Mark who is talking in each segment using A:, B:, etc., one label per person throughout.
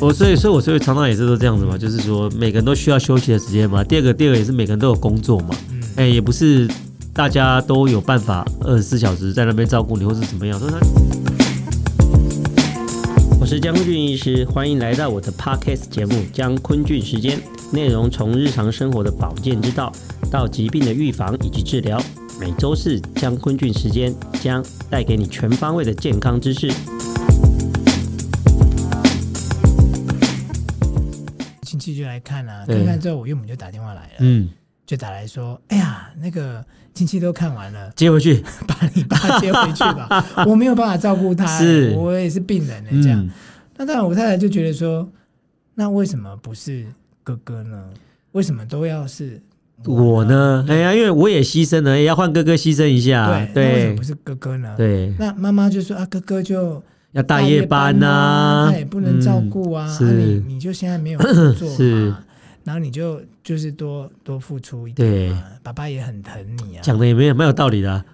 A: 我哦所以所以我所以常常也是都这样子嘛，就是说每个人都需要休息的时间嘛。第二个，第二个也是每个人都有工作嘛，
B: 嗯
A: 哎、也不是大家都有办法二十四小时在那边照顾你或是怎么样。所以他
C: 我是江坤俊医师，欢迎来到我的 podcast 节目《江坤俊时间》，内容从日常生活的保健之道到疾病的预防以及治疗。每周四江坤俊时间将带给你全方位的健康知识。
B: 亲戚就来看啊，
A: 对
B: 看看之后我岳母就打电话来了，
A: 嗯，
B: 就打来说，哎呀，那个亲戚都看完了，
A: 接回去
B: 把你爸接回去吧， 我没有办法照顾他，
A: 是
B: 我也是病人呢、欸这样。
A: 嗯，
B: 那当然，我太太就觉得说，那为什么不是哥哥呢？为什么都要是
A: 我？呢，哎呀，因为我也牺牲了，也要换哥哥牺牲一下，
B: 嗯对，那为什么
A: 啊对
B: 不是哥哥呢？
A: 对，
B: 那妈妈就说啊，哥哥就
A: 要大
B: 夜
A: 夜班
B: 呐、
A: 呐、
B: 他也哎不能照顾啊，
A: 嗯
B: 啊
A: 是
B: 你你就现在没有工作
A: 是
B: 嘛，然后你就就是多多付出一点嘛，爸爸也很疼你
A: 嗯
B: 啊，
A: 讲的也没有蛮有道理的啊、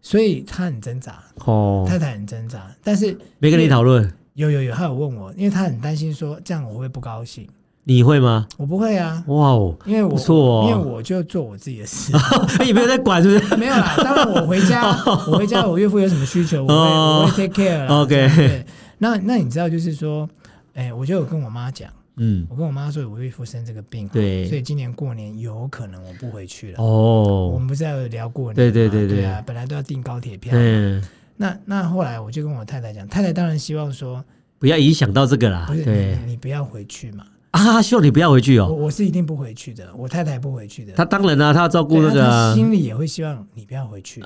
B: 所以他很挣扎，
A: 哦，
B: 太太很挣扎，但是
A: 没跟你讨论，
B: 有有有，他有问我，因为他很担心说这样我会不会不高兴，
A: 你会吗？
B: 我不会啊，
A: 哇 哦，
B: 因为我
A: 不错哦
B: 因为我就做我自己 的事，
A: 也没有在管，是不是？
B: 没有啦，当然我回家，我回家，我岳父有什么需求，我会、
A: 哦
B: 我会 take care 啦。
A: OK
B: 这样对那那你知道就是说，哎、我就有跟我妈讲，
A: 嗯，
B: 我跟我妈说我岳父生这个病，
A: 对
B: 所以今年过年有可能我不回去了。我
A: 哦，
B: 们不是还有聊过年吗
A: 对对对对
B: 对啊，本来都要订高铁票，
A: 嗯，
B: 那那后来我就跟我太太讲，太太当然希望说，
A: 不要影响到这个啦
B: 不是，
A: 对
B: 你你不要回去嘛，
A: 啊，希望你不要回去
B: 我
A: 哦。
B: 我是一定不回去的，我太太不回去的，
A: 他当然啦、他要照顾
B: 对
A: 那个
B: 他
A: 啊、
B: 心里也会希望你不要回去，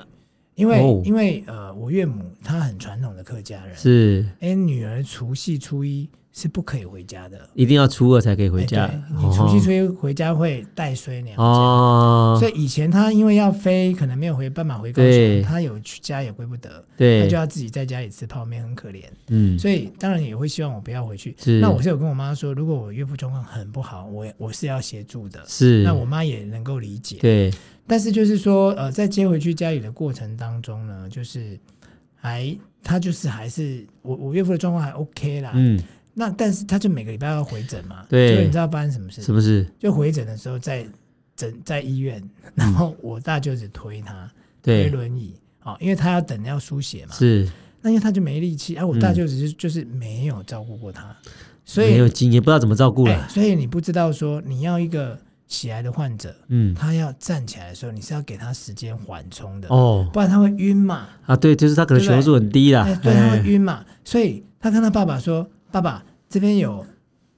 B: 因为、
A: 哦
B: 因为呃，我岳母她很传统的客家人，
A: 是
B: 哎，女儿除夕初一是不可以回家的，
A: 一定要初二才可以回家。
B: 哎对你除夕初一回家会带衰娘家。
A: 哦，
B: 所以以前她因为要飞，可能没有回办法回高
A: 对
B: 雄，她有去家也归不得，她
A: 对
B: 就，要自己在家里吃泡面，很可怜。
A: 嗯，
B: 所以当然也会希望我不要回去
A: 是。
B: 那我是有跟我妈说，如果我岳父状况很不好，我也我是要协助的。
A: 是，
B: 那我妈也能够理解。
A: 对
B: 但是就是说，呃，在接回去家里的过程当中呢，就是还他就是还是我我岳父的状况还 OK 啦。
A: 嗯，
B: 那但是他就每个礼拜要回诊嘛，
A: 对
B: 结果你知道发生什么事？
A: 是不是？
B: 就回诊的时候在诊在医院，然后我大舅子推他推
A: 嗯对，
B: 轮椅，哦，因为他要等要输血嘛，
A: 是
B: 那因为他就没力气，啊，我
A: 嗯
B: 大舅子就、就是没有照顾过他，所
A: 没
B: 以
A: 有经验，不知道怎么照顾了。
B: 哎所以你不知道说你要一个起来的患者，
A: 嗯，
B: 他要站起来的时候，你是要给他时间缓冲的，
A: 哦，
B: 不然他会晕嘛，
A: 啊，对，就是他可能
B: 对
A: 血
B: 不对
A: 红素很低啦
B: 哎，。对，他
A: 嗯
B: 会晕嘛。所以他跟他爸爸说：“爸爸，这边有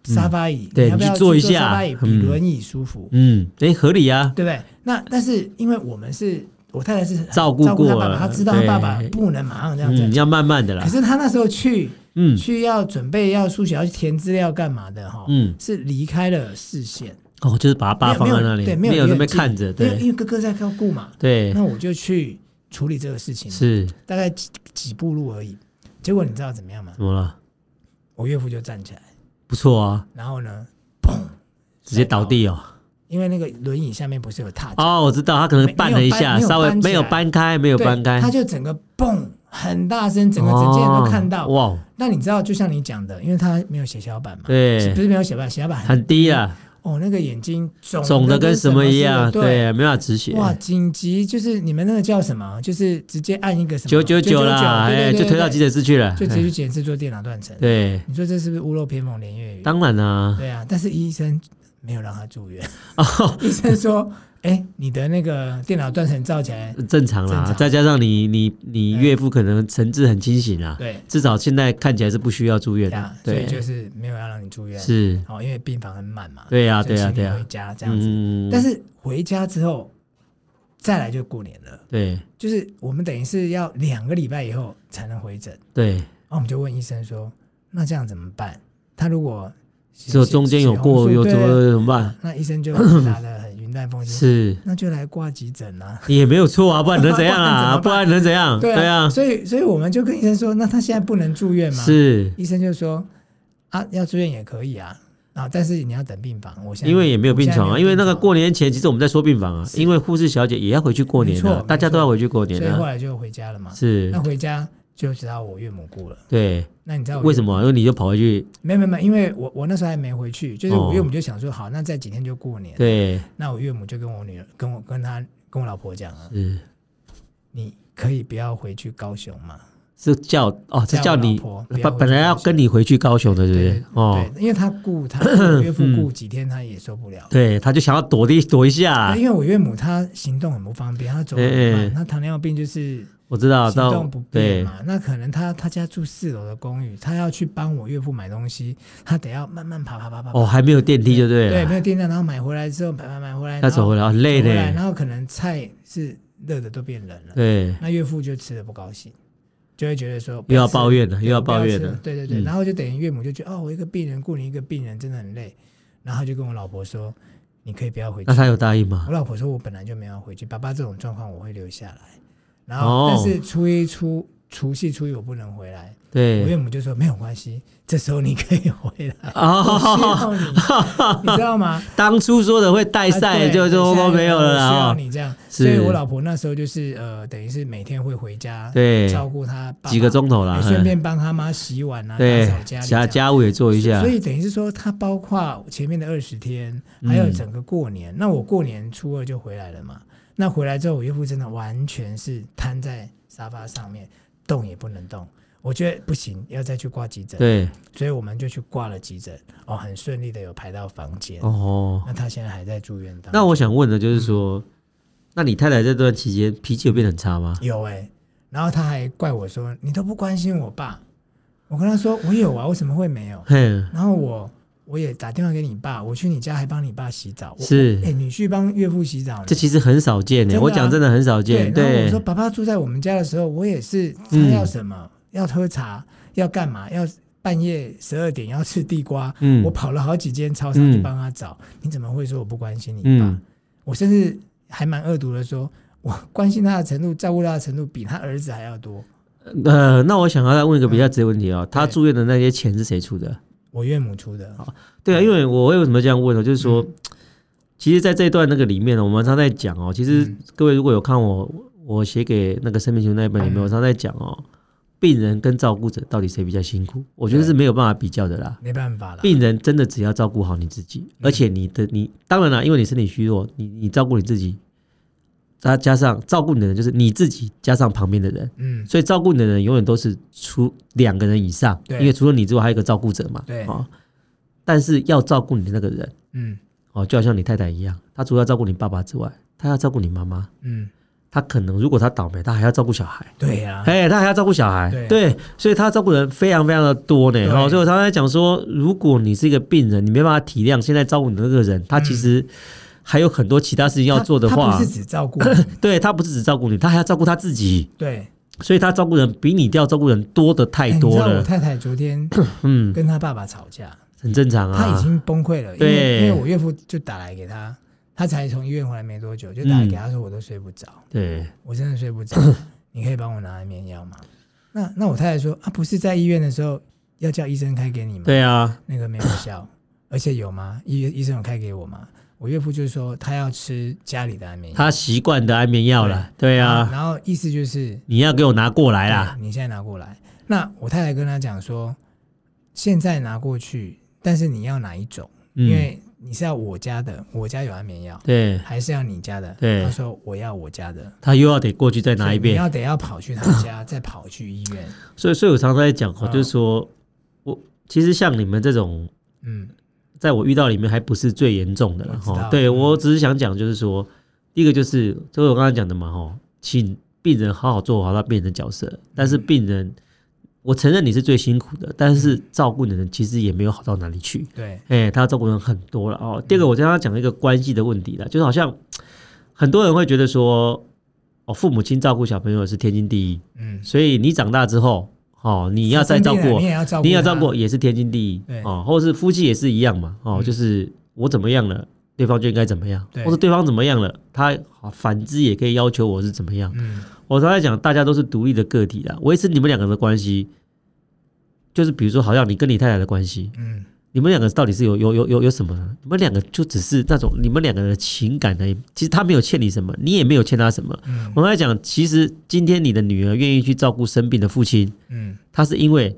B: 沙发椅，
A: 嗯对
B: 你要
A: 你
B: 不
A: 去
B: 要
A: 坐一
B: 去
A: 下
B: 沙发椅比
A: 嗯
B: 轮椅舒服，
A: 嗯，哎，合理啊。
B: 对不对？”那但是因为我们是我太太是
A: 照顾
B: 照顾他
A: 过
B: 爸爸，
A: 了
B: 她知道他爸爸
A: 对
B: 不能马上这样子
A: 嗯，。要慢慢的啦
B: 可。是他那时候去
A: 嗯
B: 去要准备要书写要去填资料干嘛的哈，
A: 嗯，
B: 是离开了视线，
A: 哦，就是把他爸放
B: 没有
A: 在那里，
B: 对，
A: 没
B: 没有
A: 那
B: 远
A: 边
B: 近
A: 看着，
B: 因为因
A: 对
B: 为哥哥在照顾嘛，
A: 对，
B: 那我就去处理这个事情，
A: 是
B: 大概几几步路而已。结果你知道怎么样吗？
A: 怎么了？
B: 我岳父就站起来，
A: 不错啊，
B: 然后呢，
A: 直接倒地哦。
B: 因为那个轮椅下面不是有踏脚，
A: 哦，我知道，他可能绊了一下，
B: 没有搬
A: 稍微没
B: 没
A: 有
B: 有
A: 搬
B: 搬
A: 开，没有
B: 对
A: 搬开，
B: 他就整个嘣，很大声，整个整件人都看到。
A: 哦哇，
B: 那你知道，就像你讲的，因为他没有血小板嘛，是不
A: 对，
B: 是没有血小板？血小板
A: 很低啊，
B: 哦，那个眼睛肿
A: 肿的
B: 的
A: 跟什么一样，
B: 对。
A: 对，没办法止血，
B: 哇，紧急就是你们那个叫什么？就是直接按一个什么
A: 九九九啦，
B: 对
A: 哎，
B: 对对
A: 就推到急
B: 对
A: 诊室去了，
B: 就直接
A: 哎
B: 去检测做电脑断层。
A: 对，
B: 你说这是不是屋漏偏逢连夜雨？
A: 当然啦，
B: 对啊，但是医生没有让他住院，
A: 哦
B: 医生说：“哎、你的那个电脑断层照 起来，
A: 正常
B: 正
A: 啦，
B: 常
A: 再加上你你你
B: 哎
A: 岳父可能神志很清醒啊，
B: 对
A: 至少现在看起来是不需要住院
B: 呀
A: 的，，
B: 所以
A: 对，
B: 就是没有要让你住院，
A: 是，
B: 哦，因为病房很满嘛，
A: 对呀
B: 所以
A: 对呀啊对
B: 请你
A: 呀
B: 回家这样子。
A: 嗯，
B: 但是回家之后，再来就过年了，
A: 对
B: 就是我们等于是要两个礼拜以后才能回诊，
A: 对，
B: 然后我们就问医生说：那这样怎么办？他如果血
A: 就中间有过有，
B: 血
A: 怎
B: 红素对
A: 么怎么办？
B: 那医生就答的很云淡风轻，
A: 是
B: 那就来挂急诊啊。”
A: 也没有错啊，不然能怎样啊？不
B: 不
A: 然能怎样？
B: 对
A: 对啊，
B: 所以所以我们就跟医生说，那他现在不能住院吗？，
A: 是
B: 医生就说啊，要住院也可以啊，啊，但是你要等病房。我现在
A: 因为也没有病床
B: 我
A: 啊，
B: 现在没有
A: 因为那个过年前，其实我们在说病房啊，因为护士小姐也要回去过年
B: 没
A: 啊，
B: 错
A: 大家都要回去过年
B: 所以后
A: 啊，
B: 来就回家了嘛。
A: 是
B: 那回家就知道我岳母姑了。
A: 对，
B: 那你知道我
A: 为什
B: 么？
A: 么？因为你就跑回去，
B: 没有没有没有，因为我我那时候还没回去，就是
A: 哦
B: 我岳母就想说，好，那再几天就过年。
A: 对，
B: 那我岳母就跟我女儿、跟我、跟她、跟我老婆讲啊，
A: 是
B: 你可以不要回去高雄嘛？
A: 是叫哦，是
B: 叫
A: 叫
B: 我
A: 你
B: 老婆不要
A: 本
B: 回
A: 本
B: 去
A: 来要
B: 高雄
A: 跟你回去高雄的，对不对？哦，
B: 对，因为她顾 她我岳父顾几天，她也受不了。
A: 对，他就想要躲一躲一下
B: 那，因为我岳母她行动很不方便，她走很
A: 哎啊哎
B: 慢，她糖尿病就是
A: 我知道，
B: 行
A: 到
B: 动不便
A: 对
B: 嘛。那可能她她家住四楼的公寓，她要去帮我岳父买东西，她得要慢慢爬爬爬爬。爬
A: 哦，还没有电梯就对
B: 对，
A: 了，
B: 没有电站，然后买回来之后买买买回来，
A: 他
B: 然后
A: 走回来哦累
B: 走回来
A: 嘞，
B: 然后可能菜是热的都变冷了，
A: 对，
B: 那岳父就吃的不高兴，就会觉得说
A: 又要
B: 不吃
A: 抱怨了，又要抱怨
B: 不吃
A: 了
B: 了，对对对，
A: 嗯
B: 然后就等于岳母就觉得哦，我一个病人顾你一个病人真的很累，然后就跟我老婆说，你可以不要回去
A: 那。他有答应吗
B: 我？老婆说，我本来就没有要回去，爸爸这种状况我会留下来，然后、
A: 哦
B: 但是初一初除夕初一我不能回来，我岳
A: 对，
B: 母就说没有关系，这时候你可以回 来。我需
A: 哦，
B: 要你，你知道吗？
A: 当初说的会带
B: 啊
A: 赛，
B: 对
A: 就就
B: 现在
A: 都没有了
B: 需要
A: 啦，哦
B: 你这样，
A: 是
B: 所以我老婆那时候就是呃，等于是每天会回家，
A: 对
B: 照顾她爸爸
A: 几个，钟头啦
B: 哎，顺
A: 嗯
B: 便帮她妈洗碗啊，
A: 对
B: 打扫，家里这
A: 家
B: 样。
A: 家务也做一下
B: 所，以等于是说，她包括前面的二十天，还有
A: 嗯
B: 整个过年。那我过年初二就回来了嘛。那回来之后，我岳父真的完全是瘫在沙发上面，动也不能动。我觉得不行，要再去挂急诊。
A: 对，
B: 所以我们就去挂了急诊。哦，很顺利的有排到房间。
A: 哦，
B: 那他现在还在住院当中。
A: 那我想问的就是
B: 嗯
A: 说，那你太太这段期间脾气有变得很差吗？
B: 有哎、然后他还怪我说你都不关心我爸。我跟他说我有啊，为什么会没有？
A: 哼，
B: 然后我我也打电话给你爸，我去你家还帮你爸洗澡。我
A: 是
B: 哎、女婿帮岳父洗澡呢，
A: 这其实很少见
B: 真
A: 的，
B: 的啊
A: 我讲真的很少
B: 对
A: 见，。
B: 然后我
A: 对
B: 说，爸爸住在我们家的时候，我也是他
A: 嗯
B: 要什么、要喝茶要干嘛要。半夜十二点要吃地瓜，
A: 嗯
B: 我跑了好几间超商去
A: 嗯
B: 帮他找。你怎么会说我不关心你爸？
A: 嗯，
B: 我甚至还蛮恶毒的说，我关心他的程度、照顾他的程度比他儿子还要多。
A: 呃，那我想要再问一个比较
B: 嗯
A: 直接的问题哦，他住院的那些钱是谁出的？
B: 我岳母出的，
A: 对
B: 嗯
A: 啊，因为我为什么这样问呢？就是说，其实在这一段那个里面呢，我们常在讲哦，其实
B: 嗯
A: 各位如果有看我我写给那个生命球那一本里面，
B: 嗯
A: 我常在讲哦，病人跟照顾者到底谁比较辛苦？我觉得是没有办法比较的啦。
B: 没办法了。
A: 病人真的只要照顾好你自己，
B: 嗯
A: 而且你的你当然啦，因为你身体虚弱，你你照顾你自己，加加上照顾你的人就是你自己加上旁边的人，
B: 嗯，
A: 所以照顾你的人永远都是除两个人以上，
B: 对
A: 因为除了你之外还有一个照顾者嘛，
B: 对
A: 哦。但是要照顾你的那个人
B: 嗯
A: 哦，就好像你太太一样，她除了要照顾你爸爸之外，她要照顾你妈妈，
B: 嗯，
A: 她可能如果她倒霉，她还要照顾小孩。
B: 对呀、
A: 哎、他还要照顾小孩，
B: 对
A: 所以他照顾人非常非常的多呢。
B: 对
A: 哦，所以我常常在讲说，如果你是一个病人，你没办法体谅现在照顾你的那个人，他其实还有很多其他事情要做的
B: 嗯他
A: 话
B: 他不，是只 照顾你
A: 对他不是只照顾你，他还要照顾他自己，
B: 对
A: 所以他照顾人比你要照顾人多的太
B: 哎你
A: 多
B: 知道我
A: 了，
B: 太太昨天
A: 嗯，
B: 跟她爸爸吵架，
A: 很正常
B: 她已
A: 啊。
B: 经崩溃了，因
A: 对
B: 为因为我岳父就打来给她，她才从医院回来没多久，就打来
A: 嗯
B: 给她说我都睡不着，
A: 对，
B: 我真的睡不着， 你可以帮我拿安眠药吗？那那我太太说啊，不是在医院的时候要叫医生开给你吗？
A: 对啊，
B: 那个没有 效，而且有吗？医医生有开给我吗？我岳父就说他要吃家里的安眠药，
A: 他习惯的安眠药了，对啊，
B: 然后意思就是
A: 你要给我拿过来啦，
B: 对你现在拿过来。那我太太跟他讲说，现在拿过去，但是你要哪一种？因
A: 嗯，
B: 为你是要我家的，我家有安眠药，
A: 对，
B: 还是要你家的？
A: 对
B: 他说我要我家的，
A: 他又要得过去再拿
B: 所以
A: 一遍
B: 你，要得要跑去他 家，再跑去医院。
A: 所以，所以我常常在讲哦，
B: 嗯
A: 就是说我其实像你们这种，
B: 嗯，
A: 在我遇到里面还不是最严重的了
B: 我知
A: 哈。
B: 道
A: 对
B: 嗯
A: 我只是想讲，就是说，第一个就是就是我刚才讲的嘛哈，请病人好好做好他病人的角色，但
B: 嗯
A: 是病人，我承认你是最辛苦的，但是照顾你的人其实也没有好到哪里去。
B: 对，
A: 哎、他照顾人很多了哦。
B: 嗯
A: 第二个，我跟他讲一个关系的问题了，就是好像很多人会觉得说，哦，父母亲照顾小朋友是天经地义，
B: 嗯，
A: 所以你长大之后，哦，你要再照顾
B: 生病了
A: 我
B: 你，也要照顾，
A: 你要照顾我。也是天经地义
B: 对
A: 哦，或是夫妻也是一样嘛，哦，
B: 嗯
A: 就是我怎么样了，对方就应该怎么样，
B: 对
A: 或者对方怎么样了，他好反之也可以要求我是怎么样。
B: 嗯，
A: 我常在讲，大家都是独立的个体啦，维持你们两个人的关系，就是比如说，好像你跟你太太的关系，
B: 嗯
A: 你你们两个到底是有有有有有什么呢？你们两个就只是那种你们两个人的情感而已。其实他没有欠你什么，你也没有欠他什么。
B: 嗯
A: 我刚才讲，其实今天你的女儿愿意去照顾生病的父亲，
B: 嗯
A: 她是因为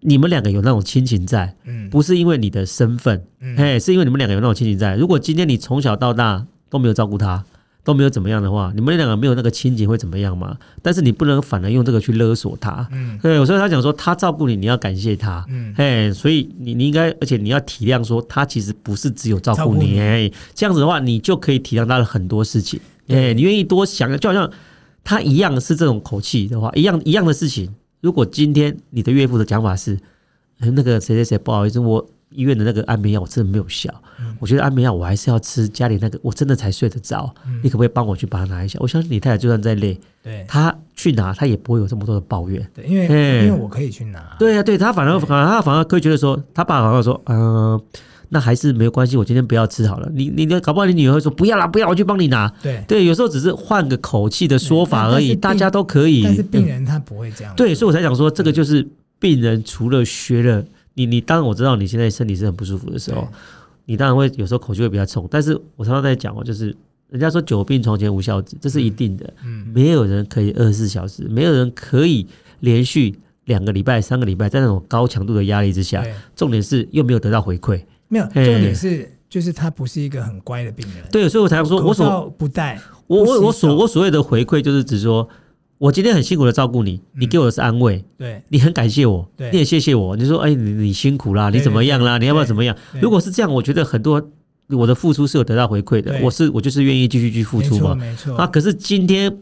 A: 你们两个有那种亲情在，
B: 嗯，
A: 不是因为你的身份，
B: 嗯
A: 哎、是因为你们两个有那种亲情在。如果今天你从小到大都没有照顾他，都没有怎么样的话，你们两个没有那个亲情会怎么样嘛？但是你不能反而用这个去勒索他。
B: 嗯
A: 对，有时候他讲说他照顾你，你要感谢他。
B: 嗯
A: 哎，所以你你应该，而且你要体谅说，他其实不是只有照
B: 照
A: 顾
B: 顾
A: 你，
B: 你
A: 哎，这样子的话，你就可以体谅他的很多事情，哎，你愿意多想，就好像他一样是这种口气的话，一样一样的事情。如果今天你的岳父的讲法是，哎那个谁谁谁不好意思，我医院的那个安眠药我真的没有效，
B: 嗯
A: 我觉得安眠药我还是要吃家里那个，我真的才睡得着，
B: 嗯
A: 你可不可以帮我去把它拿一下？我相信你太太就算再累，
B: 对
A: 她去拿，她也不会有这么多的抱怨。
B: 对，因为
A: 哎
B: 因为我可以去拿，
A: 对呀、对他反而
B: 对
A: 反而他反而可以觉得说，他爸好像说，嗯、那还是没有关系，我今天不要吃好了。你你的搞不好你女儿会说不要啦，不要，我去帮你拿。
B: 对，
A: 对，有时候只是换个口气的说法
B: 对
A: 而已，
B: 但但
A: 大
B: 是病
A: 家都可以。
B: 但是病
A: 嗯
B: 人他不会这样，
A: 对，所以我才想说，这
B: 嗯
A: 个就是病人除了学了你你，当然我知道你现在身体是很不舒服的时候
B: 对，
A: 你当然会有时候口气会比较冲，但是我常常在讲哦，就是人家说久病床前无孝子，这是一定的。
B: 嗯
A: 没有人可以二十四小时，没有人可以连续两个礼拜、三个礼拜在那种高强度的压力之下。
B: 对，
A: 重点是又没有得到回馈，
B: 没有，
A: 哎
B: 重点是就是他不是一个很乖的病人，
A: 对，所以我才说，我
B: 口
A: 所
B: 罩不戴，
A: 我
B: 不
A: 我
B: 洗手
A: 我所我所谓的回馈，就是指说我今天很辛苦的照顾你，
B: 嗯
A: 你给我的是安慰，
B: 对
A: 你很感谢我，
B: 对
A: 你也谢谢我，你说哎你你辛苦啦，
B: 对
A: 你怎么样啦，你要不要
B: 对
A: 怎么样？
B: 对
A: 如果是这样，我觉得很多我的付出是有得到回馈的，
B: 对
A: 我是我就是愿意继续去付出
B: 没错
A: 嘛。
B: 没错
A: 啊，可是今天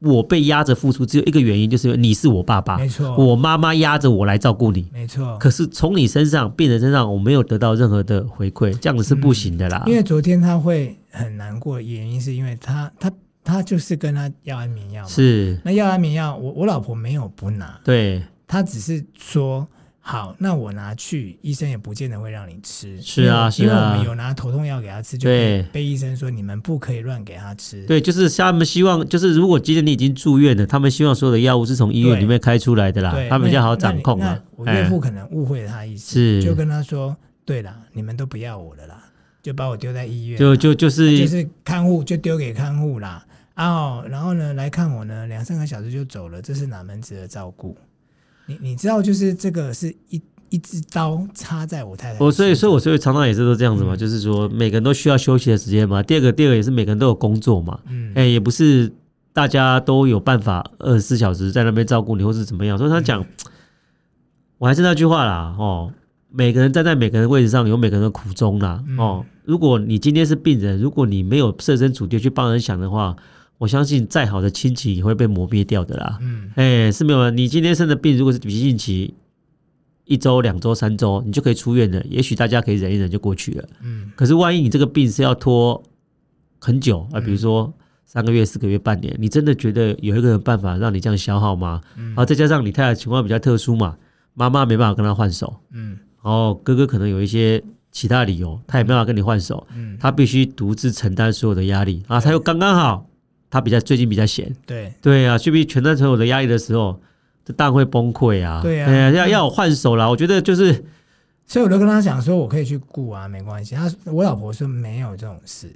A: 我被压着付出，只有一个原因，就是因为你是我爸爸，
B: 没错
A: 我妈妈压着我来照顾你。
B: 没错，
A: 可是从你身上、病人身上，我没有得到任何的回馈，这样子是不行的啦。
B: 因为昨天他会很难过，原因是因为他他他就是跟他要安眠药嘛，
A: 是，
B: 那要安眠药，我我老婆没有不拿，
A: 对，
B: 她只是说。好，那我拿去，医生也不见得会让你吃。
A: 是啊
B: 因为
A: 是啊
B: 因为我们有拿头痛药给他吃，就
A: 对
B: 被被医生说你们不可以乱给他吃。
A: 对，就是他们希望，就是如果今天你已经住院了，他们希望所有的药物是从医院里面开出来的啦
B: 对，，
A: 啊他们比较好
B: 那那
A: 掌
B: 你
A: 控
B: 那
A: 啊。
B: 我岳
A: 哎
B: 父，可能误会了他意思，
A: 是
B: 就跟他说：“对啦，你们都不要我了啦，就把我丢在医院啦，
A: 就就就
B: 啊就是是看护就丢给看护啦。”哦，然后呢，来看我呢，两三个小时就走了，这是哪门子的照顾？你你知道，就是这个是一一支刀插在我太太的心
A: 哦
B: 上，
A: 我所以所以我所以常常也是都这样子
B: 嗯
A: 嘛，就是说每个人都需要休息的时间嘛。第二个，第二个也是每个人都有工作嘛，
B: 嗯，
A: 哎，也不是大家都有办法二十四小时在那边照顾你或是怎么样。所以
B: 嗯
A: 他讲，我还是那句话啦，哦，每个人站在每个人的位置上有每个人的苦衷啦，
B: 嗯
A: 哦，如果你今天是病人，如果你没有设身处地去帮人想的话，我相信再好的亲情也会被磨灭掉的啦。
B: 嗯
A: 哎，是没有啊。你今天生的病，如果是急性期，一周、两周、三周，你就可以出院了。也许大家可以忍一忍就过去了。
B: 嗯
A: 可是万一你这个病是要拖很久
B: 嗯
A: 啊，比如说三个月、四个月、半年，你真的觉得有一个办法让你这样消耗吗？
B: 嗯
A: 然后再加上你太太情况比较特殊嘛，妈妈没办法跟她换手，
B: 嗯
A: 然后哥哥可能有一些其他理由，他也没办法跟你换手，
B: 嗯，
A: 他必须独自承担所有的压力啊。他又刚刚好，他比较最近比较闲，
B: 对
A: 对啊，去必承担所有的压力的时候，这当然会崩溃啊。
B: 对啊
A: 哎呀要要有换手啦。我觉得就是
B: 所以我就跟他讲说，我可以去顾啊，没关系。他我老婆说没有这种事，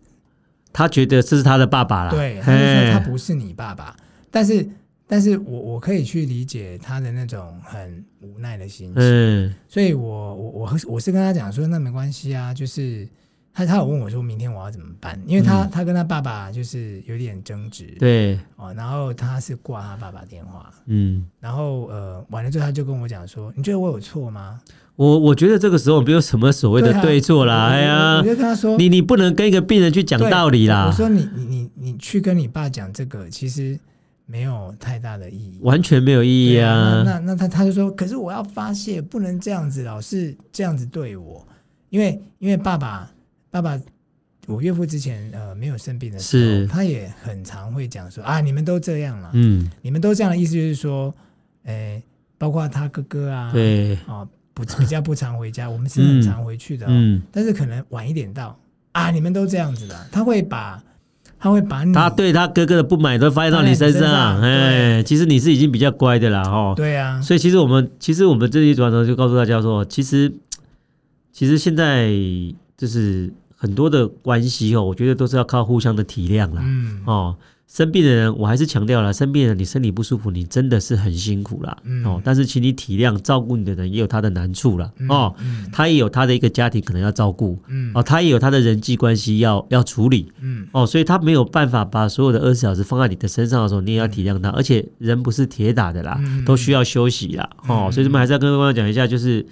A: 他觉得这是他的爸爸啦，
B: 对，他就说
A: 哎
B: 他不是你爸爸，但是但是我我可以去理解他的那种很无奈的心情，
A: 嗯
B: 所以我我我我是跟他讲说，那没关系啊，就是他他有问我说明天我要怎么办，因为他、他跟他爸爸就是有点争执，
A: 嗯对，
B: 哦，然后他是挂他爸爸电话，
A: 嗯。
B: 然后呃完了之后他就跟我讲说，你觉得我有错吗？
A: 我我觉得这个时候没有什么所谓的
B: 啊
A: 对错啦，
B: 我
A: 哎
B: 我我
A: 呀
B: 就，跟他说，
A: 你你不能跟一个病人去讲
B: 对
A: 道理
B: 我
A: 啦，
B: 说你你你你去跟你爸讲这个，其实没有太大的意义。
A: 完全没有意义
B: 对
A: 啊。
B: 那那那他他就说，可是我要发泄，不能这样子，老是这样子对我，因为因为爸爸爸爸，我岳父之前呃没有生病的时
A: 是
B: 候，他也很常会讲说啊，你们都这样了，
A: 嗯，
B: 你们都这样的意思就是说，诶、包括他哥哥啊，
A: 对，
B: 哦，不比较不常回 家，我们是很常回去的、哦，
A: 嗯，
B: 但是可能晚一点到啊，你们都这样子的，他会把他会把你
A: 他对他哥哥的不满也都发泄到你身
B: 嗯发泄到
A: 上，
B: 你身上
A: 哎，其实你是已经比较乖的啦，哦。
B: 对啊，
A: 所以其实我们其实我们这一转头就告诉大家说，其实其实现在就是很多的关系哦，我觉得都是要靠互相的体谅啦。
B: 嗯
A: 哦，生病的人，我还是强调了，生病的人你身体不舒服，你真的是很辛苦啦。
B: 嗯
A: 哦，但是请你体谅，照顾你的人也有他的难处啦。哦，
B: 嗯
A: 他也有他的一个家庭可能要照顾，
B: 嗯
A: 哦，他也有他的人际关系要要处理。
B: 嗯
A: 哦，所以他没有办法把所有的二十小时放在你的身上的时候，你也要体谅他。而且人不是铁打的啦，
B: 嗯
A: 都需要休息啦。哦
B: 嗯，
A: 所以这边还是要跟各位讲一下，就是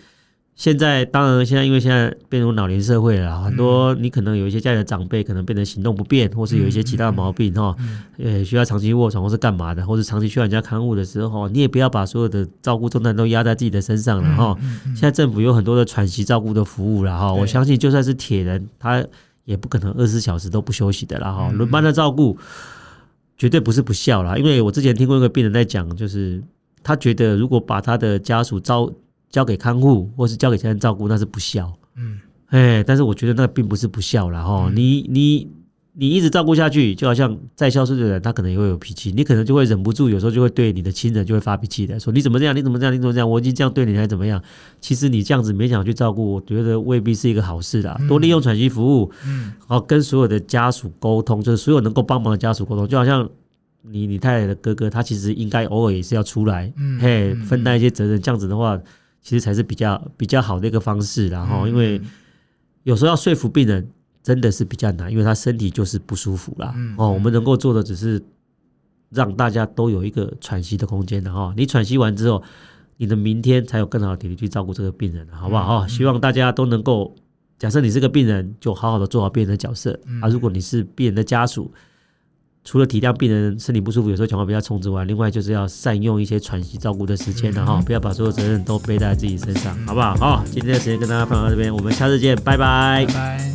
A: 现在当然现在因为现在变成老年社会了
B: 嗯
A: 啦，很多你可能有一些家里的长辈可能变得行动不便，或是有一些其他的毛病
B: 嗯
A: 哈，呃，需要长期卧床或是干嘛的，或是长期需要人家看护的时候，你也不要把所有的照顾重担都压在自己的身上了哦哈。
B: 嗯嗯
A: 现在政府有很多的喘息照顾的服务了哈，
B: 对
A: 我相信就算是铁人，他也不可能二十四小时都不休息的啦
B: 嗯
A: 哈。轮班的照顾绝对不是不孝啦，因为我之前听过一个病人在讲，就是他觉得如果把他的家属招交给看护或是交给家人照顾，那是不孝。
B: 嗯
A: 哎，但是我觉得那并不是不孝啦哈、你你你一直照顾下去，就好像再孝顺的人，他可能也会有脾气，你可能就会忍不住，有时候就会对你的亲人就会发脾气的，说你怎么这样，你怎么这样，你怎么这样，我已经这样对你，你还怎么
B: 嗯
A: 样？其实你这样子勉强去照顾，我觉得未必是一个好事啦。多利用喘息服务，
B: 嗯
A: 然后跟所有的家属沟通，就是所有能够帮忙的家属沟通，就好像。你你太太的哥哥，他其实应该偶尔也是要出来，
B: 嗯
A: 嘿，
B: 嗯
A: 分担一些责任。这样子的话，其实才是比较比较好的一个方式啦，然后、因
B: 嗯
A: 为有时候要说服病人真的是比较难，因为他身体就是不舒服啦。
B: 嗯
A: 哦，我们能够做的只是让大家都有一个喘息的空间的哈。你喘息完之后，你的明天才有更好的体力去照顾这个病人，好不好？哈、希望大家都能够，假设你是个病人，就好好的做好病人的角色、啊。如果你是病人的家属，除了体谅病人身体不舒服，有时候讲话比较冲之外，另外就是要善用一些喘息照顾的时间的哈，不要把所有责任都背在自己身上，好不好？好，今天的时间跟大家分享到这边，我们下次见，拜拜
B: 拜拜。